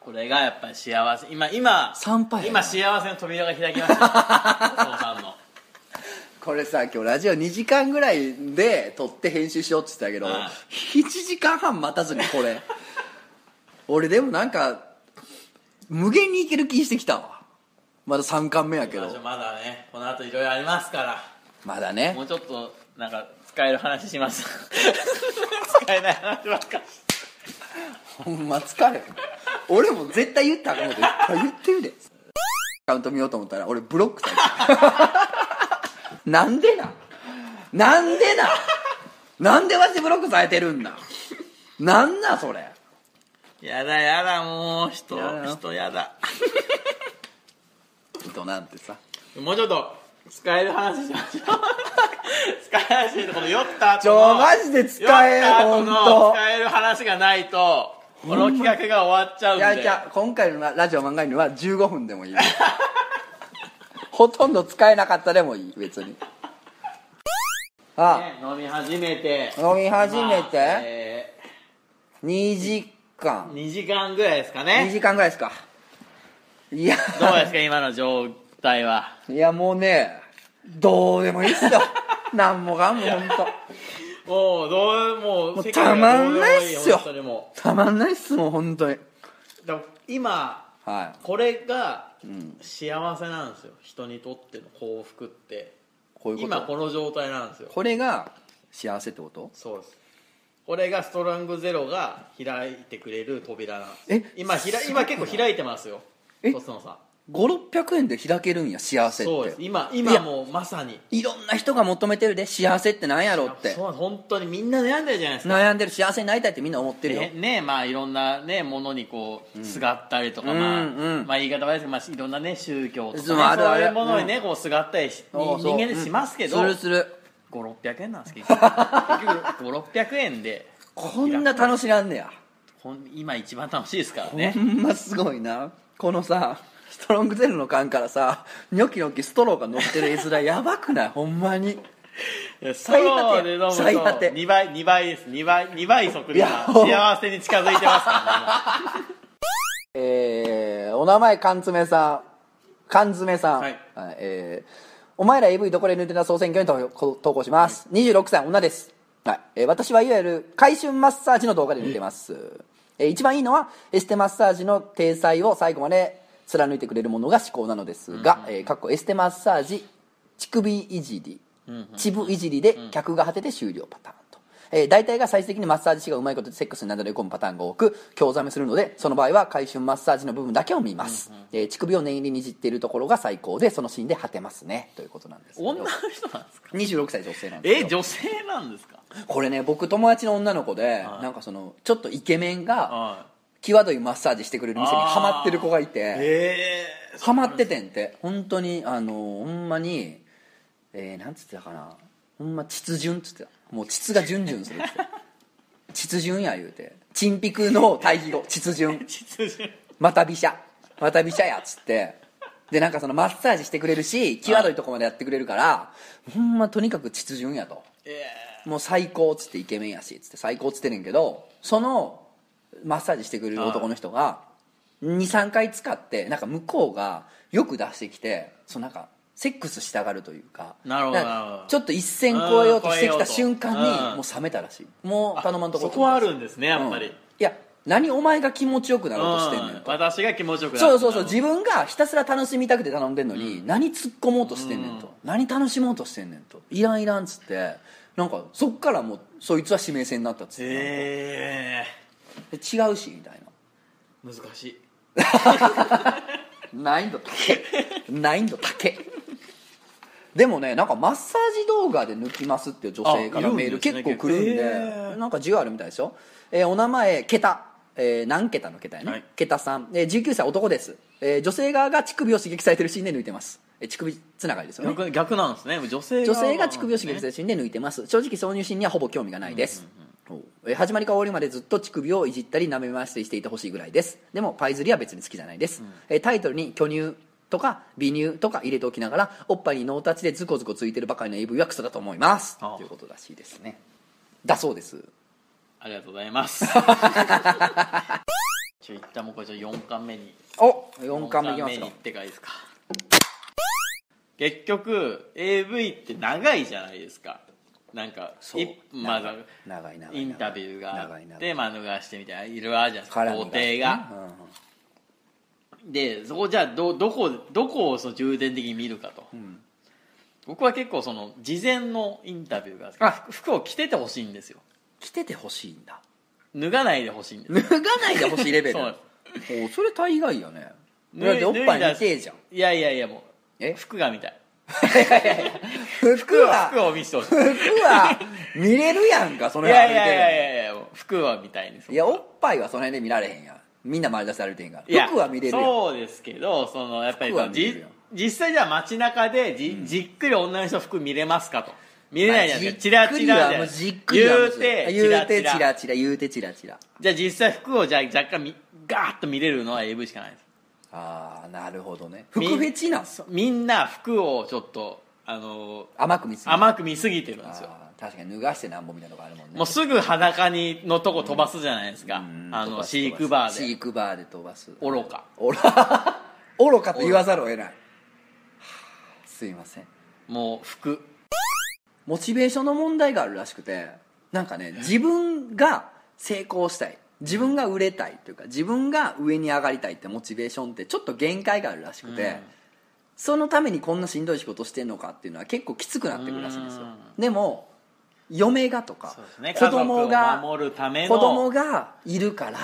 S2: これがやっぱり幸せ今今
S1: 三杯やな
S2: 今幸せの扉が開きました よお父さんの
S1: これさ今日ラジオ2時間ぐらいで撮って編集しようって言ってたけど
S2: ああ
S1: 1時間半待たずにこれ 俺でもなんか無限にいける気してきたわまだ3巻目やけ
S2: まあ
S1: ど
S2: まだねこの後いろいろありますから
S1: まだね
S2: もうちょっとなんか使える話します 使えない話ばっかり
S1: ほんま疲れ俺も絶対言ったらあかんこといっぱい言ってるでアカウント見ようと思ったら俺ブロックされてるなんでななんでななんでわしブロックされてるんだなんなそれ
S2: やだやだもう人
S1: やだよ
S2: 人やだ
S1: 人なんてさ
S2: もうちょっと使える話し ましょう使える話してこの酔った後
S1: ちょ
S2: の
S1: マジで使え
S2: 酔った後
S1: ほん
S2: の
S1: と
S2: 使える話がないとこの企画が終わっちゃうん
S1: い
S2: で
S1: やいや今回のラジオ漫画犬は15分でもいい ほとんど使えなかったでもいい別にあ
S2: ね飲み始めて
S1: 飲み始めて
S2: まあえ
S1: 2時間
S2: ー2時間ぐらいですか
S1: 2
S2: ね
S1: 時間ぐらいですかいや
S2: どうですか今の状態はい
S1: やもうねどうでもいいっすよなんもかんもほんと
S2: もうどうも
S1: もう
S2: 世界がど
S1: たま
S2: うでも
S1: んないっすよ
S2: 本当にも
S1: たまんないっすもんほんとに
S2: うでも今
S1: は
S2: これが
S1: い、うん、
S2: 幸せなんですよ人にとっての幸福って
S1: こういうこと
S2: 今
S1: こ
S2: この状態なんですよ
S1: れが幸せってこと
S2: そうですこれがストロングゼロが開いてくれる扉なんです
S1: え
S2: 今ひら今結構開いてますよ
S1: え
S2: とつのさ
S1: 5600円で開けるんや幸せ
S2: ん
S1: って
S2: そうです今
S1: い
S2: 今
S1: や
S2: もうまさに
S1: いろんな人が求めてるで幸せってなんやろって
S2: そうなんです本当にみんな悩んでるじゃないですか
S1: 悩んでる幸せになりたいってみんな思ってるよ、
S2: ねねまあいろんなねものにこうすがったりとか、
S1: うん
S2: まあ
S1: うん
S2: まあ言い方悪いですけど、まあ、いろんなね宗教とか、ね、そ
S1: そううあるある
S2: いうものにね、こうすがったりし
S1: そうそう
S2: 人間でしますけど、
S1: うんするする
S2: 5600円なんですけど結局5600円で
S1: こんな楽しらんねや
S2: ほん今一番楽しいですからね
S1: ほんますごいなこのさストロングゼロの缶からさニョキニョキストローが乗ってる絵面やばくないほんまに
S2: 最果て
S1: 最果て
S2: 2倍2倍です2倍2倍速で
S1: いや
S2: 幸せに近づいてますから、
S1: えーお名前缶詰さん缶詰さん、
S2: はい
S1: えーお前ら AV どこで抜いてた総選挙に投票投稿します、26歳女です、はいえー私はいわゆる回春マッサージの動画で抜いてます、えー一番いいのはエステマッサージの体裁を最後まで貫いてくれるものが至高なのですが、えーかっこエステマッサージ乳首いじりチブいじりで客が果てて終了パターンと、えー大体が最終的にマッサージ師がうまいことでセックスになだれ込むパターンが多く興ざめするのでその場合は回春マッサージの部分だけを見ます、えー乳首を念入りにいじっているところが最高でそのシーンで果てますねということなんですけど
S2: 女の人なんですか
S1: 26歳女性なんです
S2: え
S1: けど
S2: 女性なんですか
S1: これね僕友達の女の子で、
S2: はい
S1: なんかそのちょっとイケメンが
S2: は
S1: 際どいマッサージしてくれる店にハマってる子がいて
S2: いええ
S1: ハマっててんって本当にあのほんまにえー、なんつってたかなほんま秩順っつってたもう秩が順々するっつってた秩順や言うてチンピクの対比語秩順
S2: 実情
S1: またびしゃまたびしゃやっつってでなんかそのマッサージしてくれるし際どいとこまでやってくれるからほんまとにかく秩順やと
S2: え
S1: もう最高っつってイケメンやしっつって最高っつってねんけどそのマッサージしてくれる男の人が23回使ってなんか向こうがよく出してきてそのなんかセックスしたがるというか
S2: なるほど
S1: んか
S2: なるほど
S1: ちょっと一線越えようとしてき
S2: うん越えよう
S1: た
S2: と
S1: 瞬間に
S2: うん
S1: もう冷めたらしいもう頼まんと
S2: ー、
S1: こ
S2: そこはある
S1: ん
S2: んですねやっぱり、
S1: いや何お前が気持ちよくなろうとしてんねん
S2: うん
S1: と
S2: 私が気持ちよくなる
S1: そうそうそう自分がひたすら楽しみたくて頼んでんのに、何突っ込もうとしてんねんと、何楽しもうとしてんねんといらんいらんっつってなんかそっからもうそいつは指名制になったっつって、
S2: え
S1: で違うしみたい
S2: え難しい
S1: な難易度高 え難易度高えでもねなんかマッサージ動画で抜きますっていう女性から
S2: あいるんですね
S1: メール結構来るんで
S2: 結構へえ
S1: なんか需要あるみたいですよ、えーお名前桁えー何桁の桁やね、
S2: はい
S1: 桁さん、えー19歳男です、えー女性側が乳首を刺激されてるシーンで抜いてます、えー乳首つながりですよね
S2: 逆逆なんですね女性
S1: 女性が乳首を刺激す
S2: る
S1: るシーンで抜いてます正直挿入シーンにはほぼ興味がないです、え始まりから終わりまでずっと乳首をいじったり舐め回したりしていてほしいぐらいですでもパイ釣りは別に好きじゃないです、えタイトルに巨乳とか美乳とか入れておきながらおっぱいにノータッチでズコズコついてるばかりの AV はクソだと思います
S2: ああ
S1: ということらしいですねだそうです
S2: ありがとうございま すちょ一旦もうこれちょ4巻目に
S1: お4巻目いきます
S2: 四
S1: か
S2: に行ってからいいですか結局 AV って長いじゃないですかなんか
S1: そう
S2: いまず
S1: 長い長い長い
S2: インタビューがあ
S1: 長い
S2: っ
S1: 長
S2: て
S1: い
S2: まあ脱がしてみたいないろいろあるじゃないですか
S1: 絡み
S2: 工程が、
S1: うん
S2: でそこじゃあどどこどこをその重点的に見るかと、僕は結構その事前のインタビューが
S1: あ
S2: 服服を着ててほしいんですよ
S1: 着ててほしいんだ
S2: 脱がないでほしいんです
S1: 脱がないでほしいレベル
S2: そう
S1: おそれ大概やね
S2: 脱い
S1: だっておっぱい
S2: 脱いだ
S1: 見てえじゃん
S2: いやいやいやもう
S1: え
S2: 服が見たい
S1: 服
S2: 服
S1: は
S2: を見せてほ しいい
S1: 服は見れるやんかその
S2: や
S1: 辺歩
S2: い
S1: いてる
S2: やい
S1: いや
S2: やいやいやもう服は見たいんです
S1: おっぱいはその辺で見られへんやんみんな丸出し歩いてへんか
S2: いや
S1: ら服は見れるやん
S2: そうですけどそのやっぱり
S1: 服は見れる
S2: じ
S1: よ
S2: 実際じゃあ街中でじ,、じっくり女の人の服見れますかと見れないじゃないですかチ
S1: まあ
S2: ラチラで
S1: じっくり
S2: 言
S1: はもう
S2: うて
S1: じっくりはむずい言う
S2: チラチ
S1: てチ
S2: ラ
S1: ラチラ言うてチラチラ
S2: じゃあ実際服をじゃあ若干みガーッと見れるのは AV しかないです
S1: ああなるほどね服
S2: み
S1: フェチなんす
S2: そうみんな服をちょっとあの
S1: 甘く見つめ
S2: 甘く見すぎてるんですよ
S1: あー確かに脱がしてなんぼみたいなのがあるもんね
S2: もうすぐ裸にのとこ飛ばすじゃないですか、
S1: うん
S2: あ
S1: 飛
S2: の
S1: ばす
S2: 飼育バー
S1: 飼
S2: で
S1: 育バーで飛ばす
S2: 愚か
S1: おら 愚かと言わざるを得ないはあすいません
S2: もう服
S1: モチベーションの問題があるらしくてなんかね自分が成功したい自分が売れたいというか自分が上に上がりたいってモチベーションってちょっと限界があるらしくて、
S2: うん
S1: そのためにこんなしんどい仕事してんのかっていうのは結構きつくなってくるらしいんですよでも嫁がとか、
S2: そうですね
S1: 子供
S2: 家
S1: が
S2: 族を守るための
S1: 子供がいるから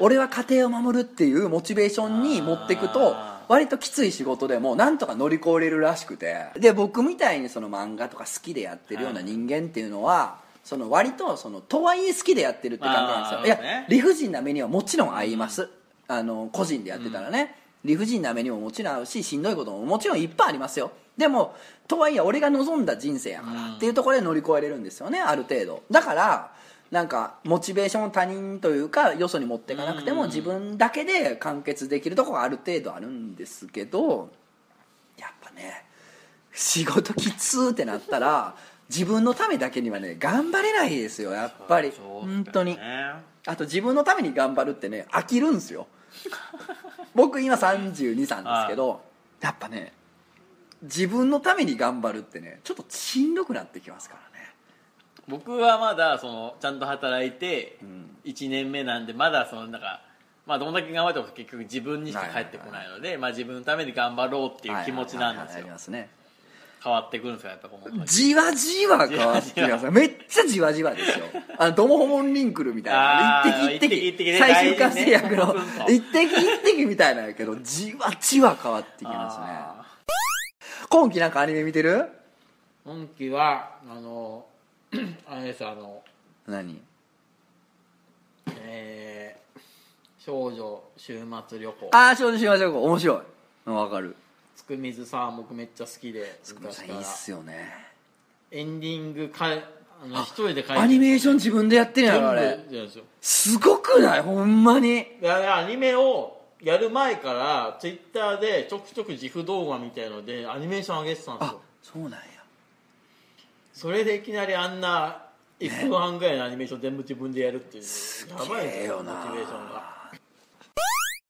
S1: 俺は家庭を守るっていうモチベーションに持っていくと
S2: あ
S1: 割ときつい仕事でもなんとか乗り越えれるらしくてで僕みたいにその漫画とか好きでやってるような人間っていうのはその割とそのとはいえ好きでやってるって感じなんですよ、
S2: あー
S1: い
S2: なるほど
S1: や
S2: ね
S1: 理不尽な目にはもちろん合います、あの個人でやってたらね、理不尽な目にももちろん合うししんどいことももちろんいっぱいありますよでもとはいえ俺が望んだ人生やから、っていうところで乗り越えれるんですよねある程度だからなんかモチベーションを他人というかよそに持っていかなくても自分だけで完結できるところがある程度あるんですけどやっぱね仕事きつーってなったら自分のためだけにはね頑張れないですよやっぱり
S2: そうですね
S1: 本当にあと自分のために頑張るってね飽きるんですよ 僕今32歳なんですけどやっぱね自分のために頑張るってねちょっとしんどくなってきますからね
S2: 僕はまだそのちゃんと働いて1年目なんでまだそのなんかまあどんだけ頑張っても結局自分にしか返ってこないのでまあ自分のために頑張ろうっていう気持ちな
S1: はいはいはい
S2: んです
S1: はいあ
S2: よ
S1: りますね
S2: 変わってくるんですよやっぱこの
S1: じわじわ変わってきますめっちゃじわじわですよ あのドモホモンリンクルみたいな
S2: あー
S1: 一滴一滴
S2: 一滴一滴ね
S1: 最終活性薬の
S2: 大 事ね
S1: 一滴一滴みたいなんやけどじわじわ変わってきますね
S2: あ
S1: 今期なんかアニメ見てる
S2: ー今期はあの あれですあの
S1: 何
S2: えー少女週末旅行
S1: ああ承知しましょう面白いうんわかる
S2: つくみずさん僕めっちゃ好きで
S1: 皆さんいいっすよね
S2: エンディングかえあの一人で書いて
S1: アニメーション自分でやってんや
S2: 全部
S1: ろ
S2: や
S1: あ
S2: る
S1: れ
S2: んですよ
S1: すごくないほんまに
S2: いやいやアニメをやる前からツイッターでちょくちょく自負動画みたいのでアニメーション上げてたんです
S1: あ
S2: よ
S1: そうなんや
S2: それでいきなりあんな1分半ぐらいのアニメーション全部自分でやるっていうやば
S1: ええ
S2: いですよ
S1: よ
S2: モ
S1: な
S2: チベーションが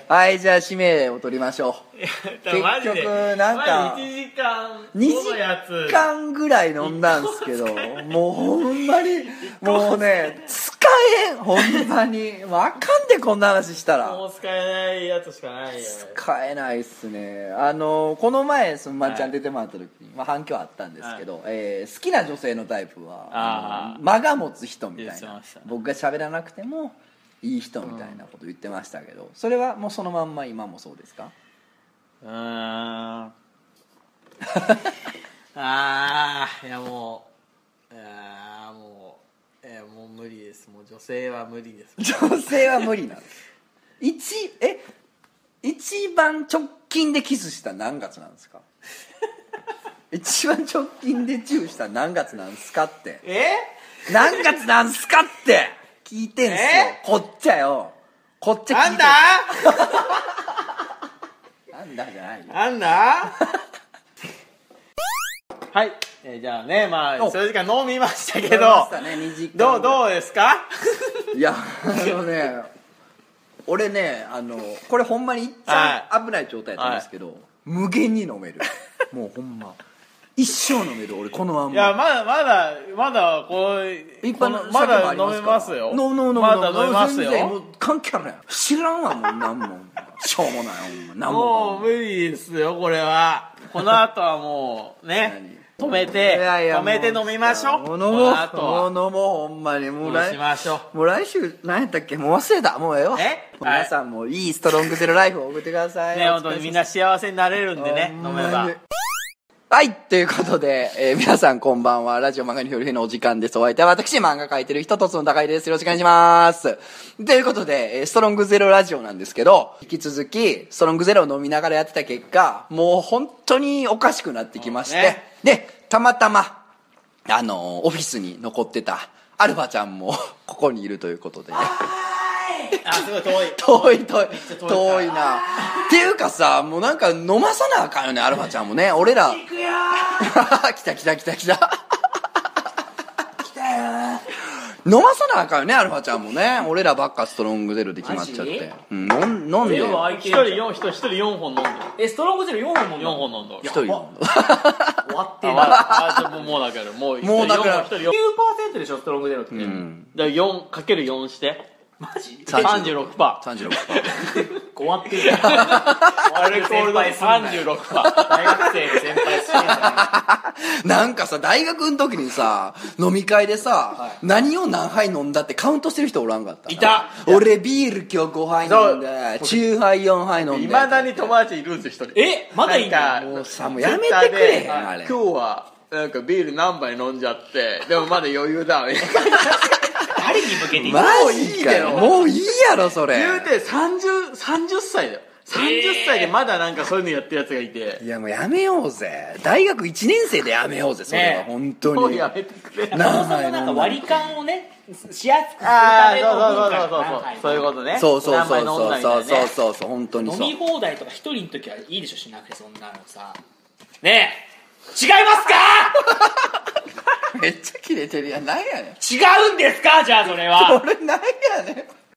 S1: はいじゃあ指名を取りましょ結局
S2: マジで
S1: なんか
S2: マジ1時間
S1: う2
S2: 後のやつ
S1: 時間ぐらい飲んだんすけどもうほんまにもうね使えんほんまにもうあかんでこんな話したら
S2: もう使えないやつしかないよ
S1: 使えないっすねあのこの前そのまんちゃ
S2: は
S1: ん
S2: い
S1: 出てもらった時に、まあ、反響あったんですけど、えー好きな女性のタイプはあ
S2: あー
S1: の間が持つ人みた
S2: 言っ
S1: い
S2: て
S1: な
S2: ましたね
S1: 僕が喋らなくてもいい人みたいなこと言ってましたけど、それはもうそのまんま今もそうですか
S2: うーん ああいやもうああもういやもう無理ですもう女性は無理です
S1: 女性は無理なんです一え一番直近でキスした何月なん ですか一番直近でチューした何月なんですかって
S2: え
S1: 何月なんすかって聞いてんすよ
S2: え
S1: こっちゃよこっちゃ聞
S2: ないん
S1: て
S2: だ
S1: なんだじゃないよ
S2: なんだ はい、えーじゃあねまあ
S1: お
S2: 数時間飲みましたけ
S1: 飲みま
S2: ど
S1: したね2時間
S2: どうどうですか
S1: いやあのね俺ねあのこれほんまに一番危ない状態やったんですけど、無限に飲めるもうほんま一生飲める俺このまん
S2: い
S1: ま
S2: やまだまだまだこう
S1: 一般
S2: こ
S1: の
S2: のまだ
S1: 酒もあり
S2: 飲め
S1: から
S2: ますよ
S1: 飲む飲む飲む
S2: まだ飲めます
S1: 全然
S2: よ
S1: もう関係あるやん知らんわもうなんもしょうもないほんまなんも
S2: もう無理ですよこれはこの後はもうね
S1: 何
S2: 止めて
S1: いやいや
S2: 止めて
S1: もう
S2: 飲みましょう
S1: も
S2: こ
S1: う飲
S2: の後
S1: もう
S2: は
S1: もう飲もうほんまにもう
S2: そう
S1: 来
S2: しましょ
S1: もう来週何やったっけもう忘れたもうええわ
S2: え
S1: 皆さんもういいストロングゼロライフを送ってくださ
S2: う
S1: い
S2: ね本当にみんな幸せになれるんでね飲めば
S1: はい、ということで、えー皆さんこんばんは。ラジオ漫画によるへのお時間です。お相手は私、漫画描いてる人、とつの高いです。よろしくお願いします。ということで、えーストロングゼロラジオなんですけど、引き続き、ストロングゼロを飲みながらやってた結果、もう本当におかしくなってきまして、
S2: そうね
S1: で、たまたま、あのーオフィスに残ってた、アルファちゃんも、ここにいるということで、
S2: あすごい遠い
S1: 遠い遠い
S2: ちゃ遠い
S1: 遠い
S2: から
S1: なっていうかさもうなんか飲まさなあかんよねアルファちゃんもね俺ら
S2: くよ
S1: 来た来た来た来た来たよ飲まさなあかんよねアルファちゃんもね俺らばっかストロングゼロで決まっちゃって、うん、飲ん飲んで
S3: ゼロは
S2: 一人4人一人4本飲んで
S3: えストロングゼロ4
S2: る4
S3: 本も飲んだ
S2: 本飲んどる
S1: 一人飲んだ
S3: やば終わって
S2: あ
S3: な
S2: わあじゃあもうもうだからもう
S1: もうだから
S2: 1人4 1人4
S3: 9%でしょストロングゼロって、
S1: うん
S2: だから4かける4して
S3: マジ
S1: さ
S2: 36パー
S1: 36%
S3: 終わってる
S2: アルコール度36パー
S3: 大学生の先 輩してんだ
S1: なんかさ大学の時にさ飲み会でさ、何を何杯飲んだってカウントしてる人おらんかった
S2: いた
S1: 俺ビール今日5杯飲んで酎ハイ4杯飲んで
S2: いまだに友達いるんですよ一人
S3: えまだいんの
S2: なんか
S1: もうさもうやめてくれあれ
S2: 今日はなんかビール何杯飲んじゃってでもまだ余裕だみたいな
S3: 誰に向けて
S1: マ
S2: もうい
S1: ジ
S2: い
S1: か
S2: だ
S1: よ
S2: ろ
S1: もういいやろそれ
S2: 言うて3030歳だよ30歳でまだなんかそういうのやってるやつがいて
S1: いやもうやめようぜ大学1年生でやめようぜそれは
S3: ねえ
S1: 本当
S2: もう
S1: に
S2: やめてくれ
S3: そもそも
S1: 杯飲
S3: なんん
S1: だ
S3: か割り勘をねしやすくするた
S2: ああ
S3: めの文
S2: そ
S3: 化
S2: うそうそうそうそうそういう
S3: は
S2: ことね
S1: そうそうそう
S2: 何
S1: そう
S2: 杯飲んだみた
S1: そう
S2: いなね
S1: そうそうそう本当
S3: い
S1: に
S3: 飲
S1: そう
S3: み放題とか一人の時はいいでしょしなくてそんなのさねえ違いますか
S1: めっちゃキレてるやん何やねん
S3: 違うんですかじゃあそれは
S1: 俺何やねん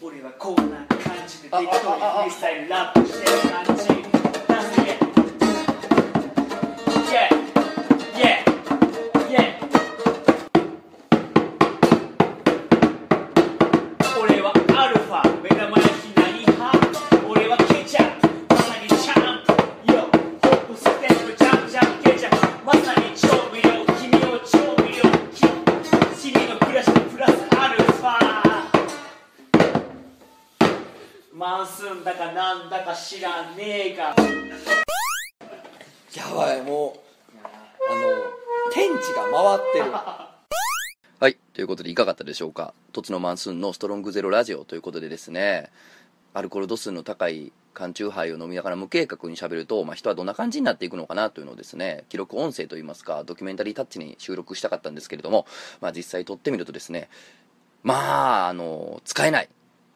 S3: 俺はこんな感じで適当にフリースタイルラップしてる感じダンスイエイエイエイエイ俺はアルファ目玉焼き何派俺はケチャップまさにチャンプよホップステップジャンプジャンプケチャップまさに調味料君を調味料き君の暮らしのプラスアルファマンスーンだかなんだか知らねえが
S1: やばいもうあの天地が回ってるはいということでいかがだったでしょうか「とつのマンスーンのストロングゼロラジオ」ということでですねアルコール度数の高い缶チューハイを飲みながら無計画にしゃべると、まあ、人はどんな感じになっていくのかなというのをですね記録音声といいますかドキュメンタリータッチに収録したかったんですけれども、まあ、実際撮ってみるとですねまああの使えない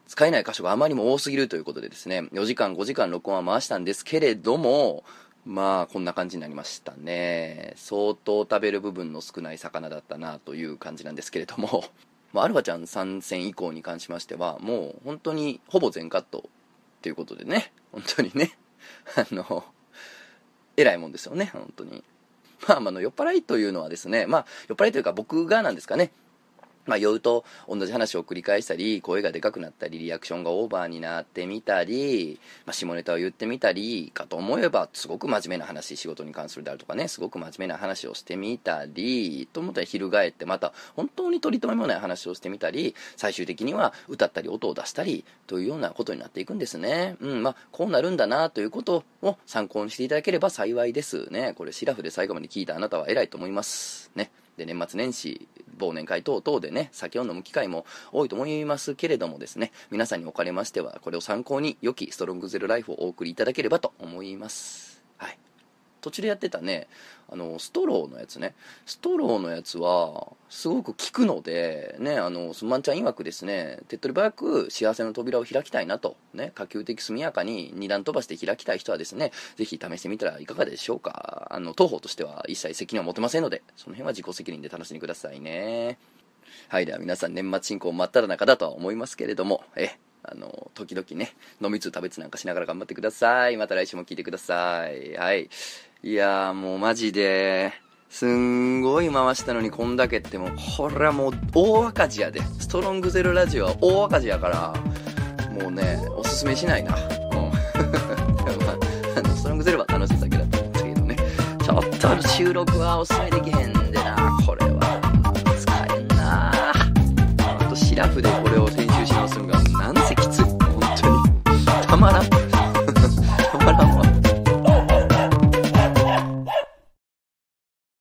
S1: 使えない箇所があまりにも多すぎるということでですね4時間5時間録音は回したんですけれどもまあこんな感じになりましたね相当食べる部分の少ない魚だったなという感じなんですけれども まあアルファちゃん参戦以降に関しましてはもう本当にほぼ全カットということでね本当にね あのえらいもんですよね本当にまあまああの酔っ払いというのはですねまあ酔っ払いというか僕がなんですかねまあ、酔うと同じ話を繰り返したり声がでかくなったりリアクションがオーバーになってみたり、まあ、下ネタを言ってみたりかと思えばすごく真面目な話仕事に関するであるとかねすごく真面目な話をしてみたりと思ったら翻ってまた本当に取り留めもない話をしてみたり最終的には歌ったり音を出したりというようなことになっていくんですね、うんまあ、こうなるんだなということを参考にしていただければ幸いですねこれシラフで最後まで聞いたあなたは偉いと思いますねで年末年始忘年会等々でね酒を飲む機会も多いと思いますけれどもですね皆さんにおかれましてはこれを参考に良きストロングゼロライフをお送りいただければと思いますはいと途中でやってたねあのストローのやつねストローのやつはすごく効くのでねあのすんまんちゃん曰くですね手っ取り早く幸せの扉を開きたいなとね可及的速やかに二段飛ばして開きたい人はですねぜひ試してみたらいかがでしょうかあの当方としては一切責任を持てませんのでその辺は自己責任で楽しんでくださいねはい、では皆さん年末進行真っ只中だとは思いますけれども、え、あの、時々ね、飲みつ食べつなんかしながら頑張ってください。また来週も聞いてください。はい。いやーもうマジで、すんごい回したのにこんだけってもう、ほらもう大赤字やで。ストロングゼロラジオは大赤字やから、もうね、おすすめしないな。うん。 まああのストロングゼロは楽しいだけだったんですけどねちょっと収録はおすすめできへんでなこれは使えんなあとシラフでこれを編集し直すのがなん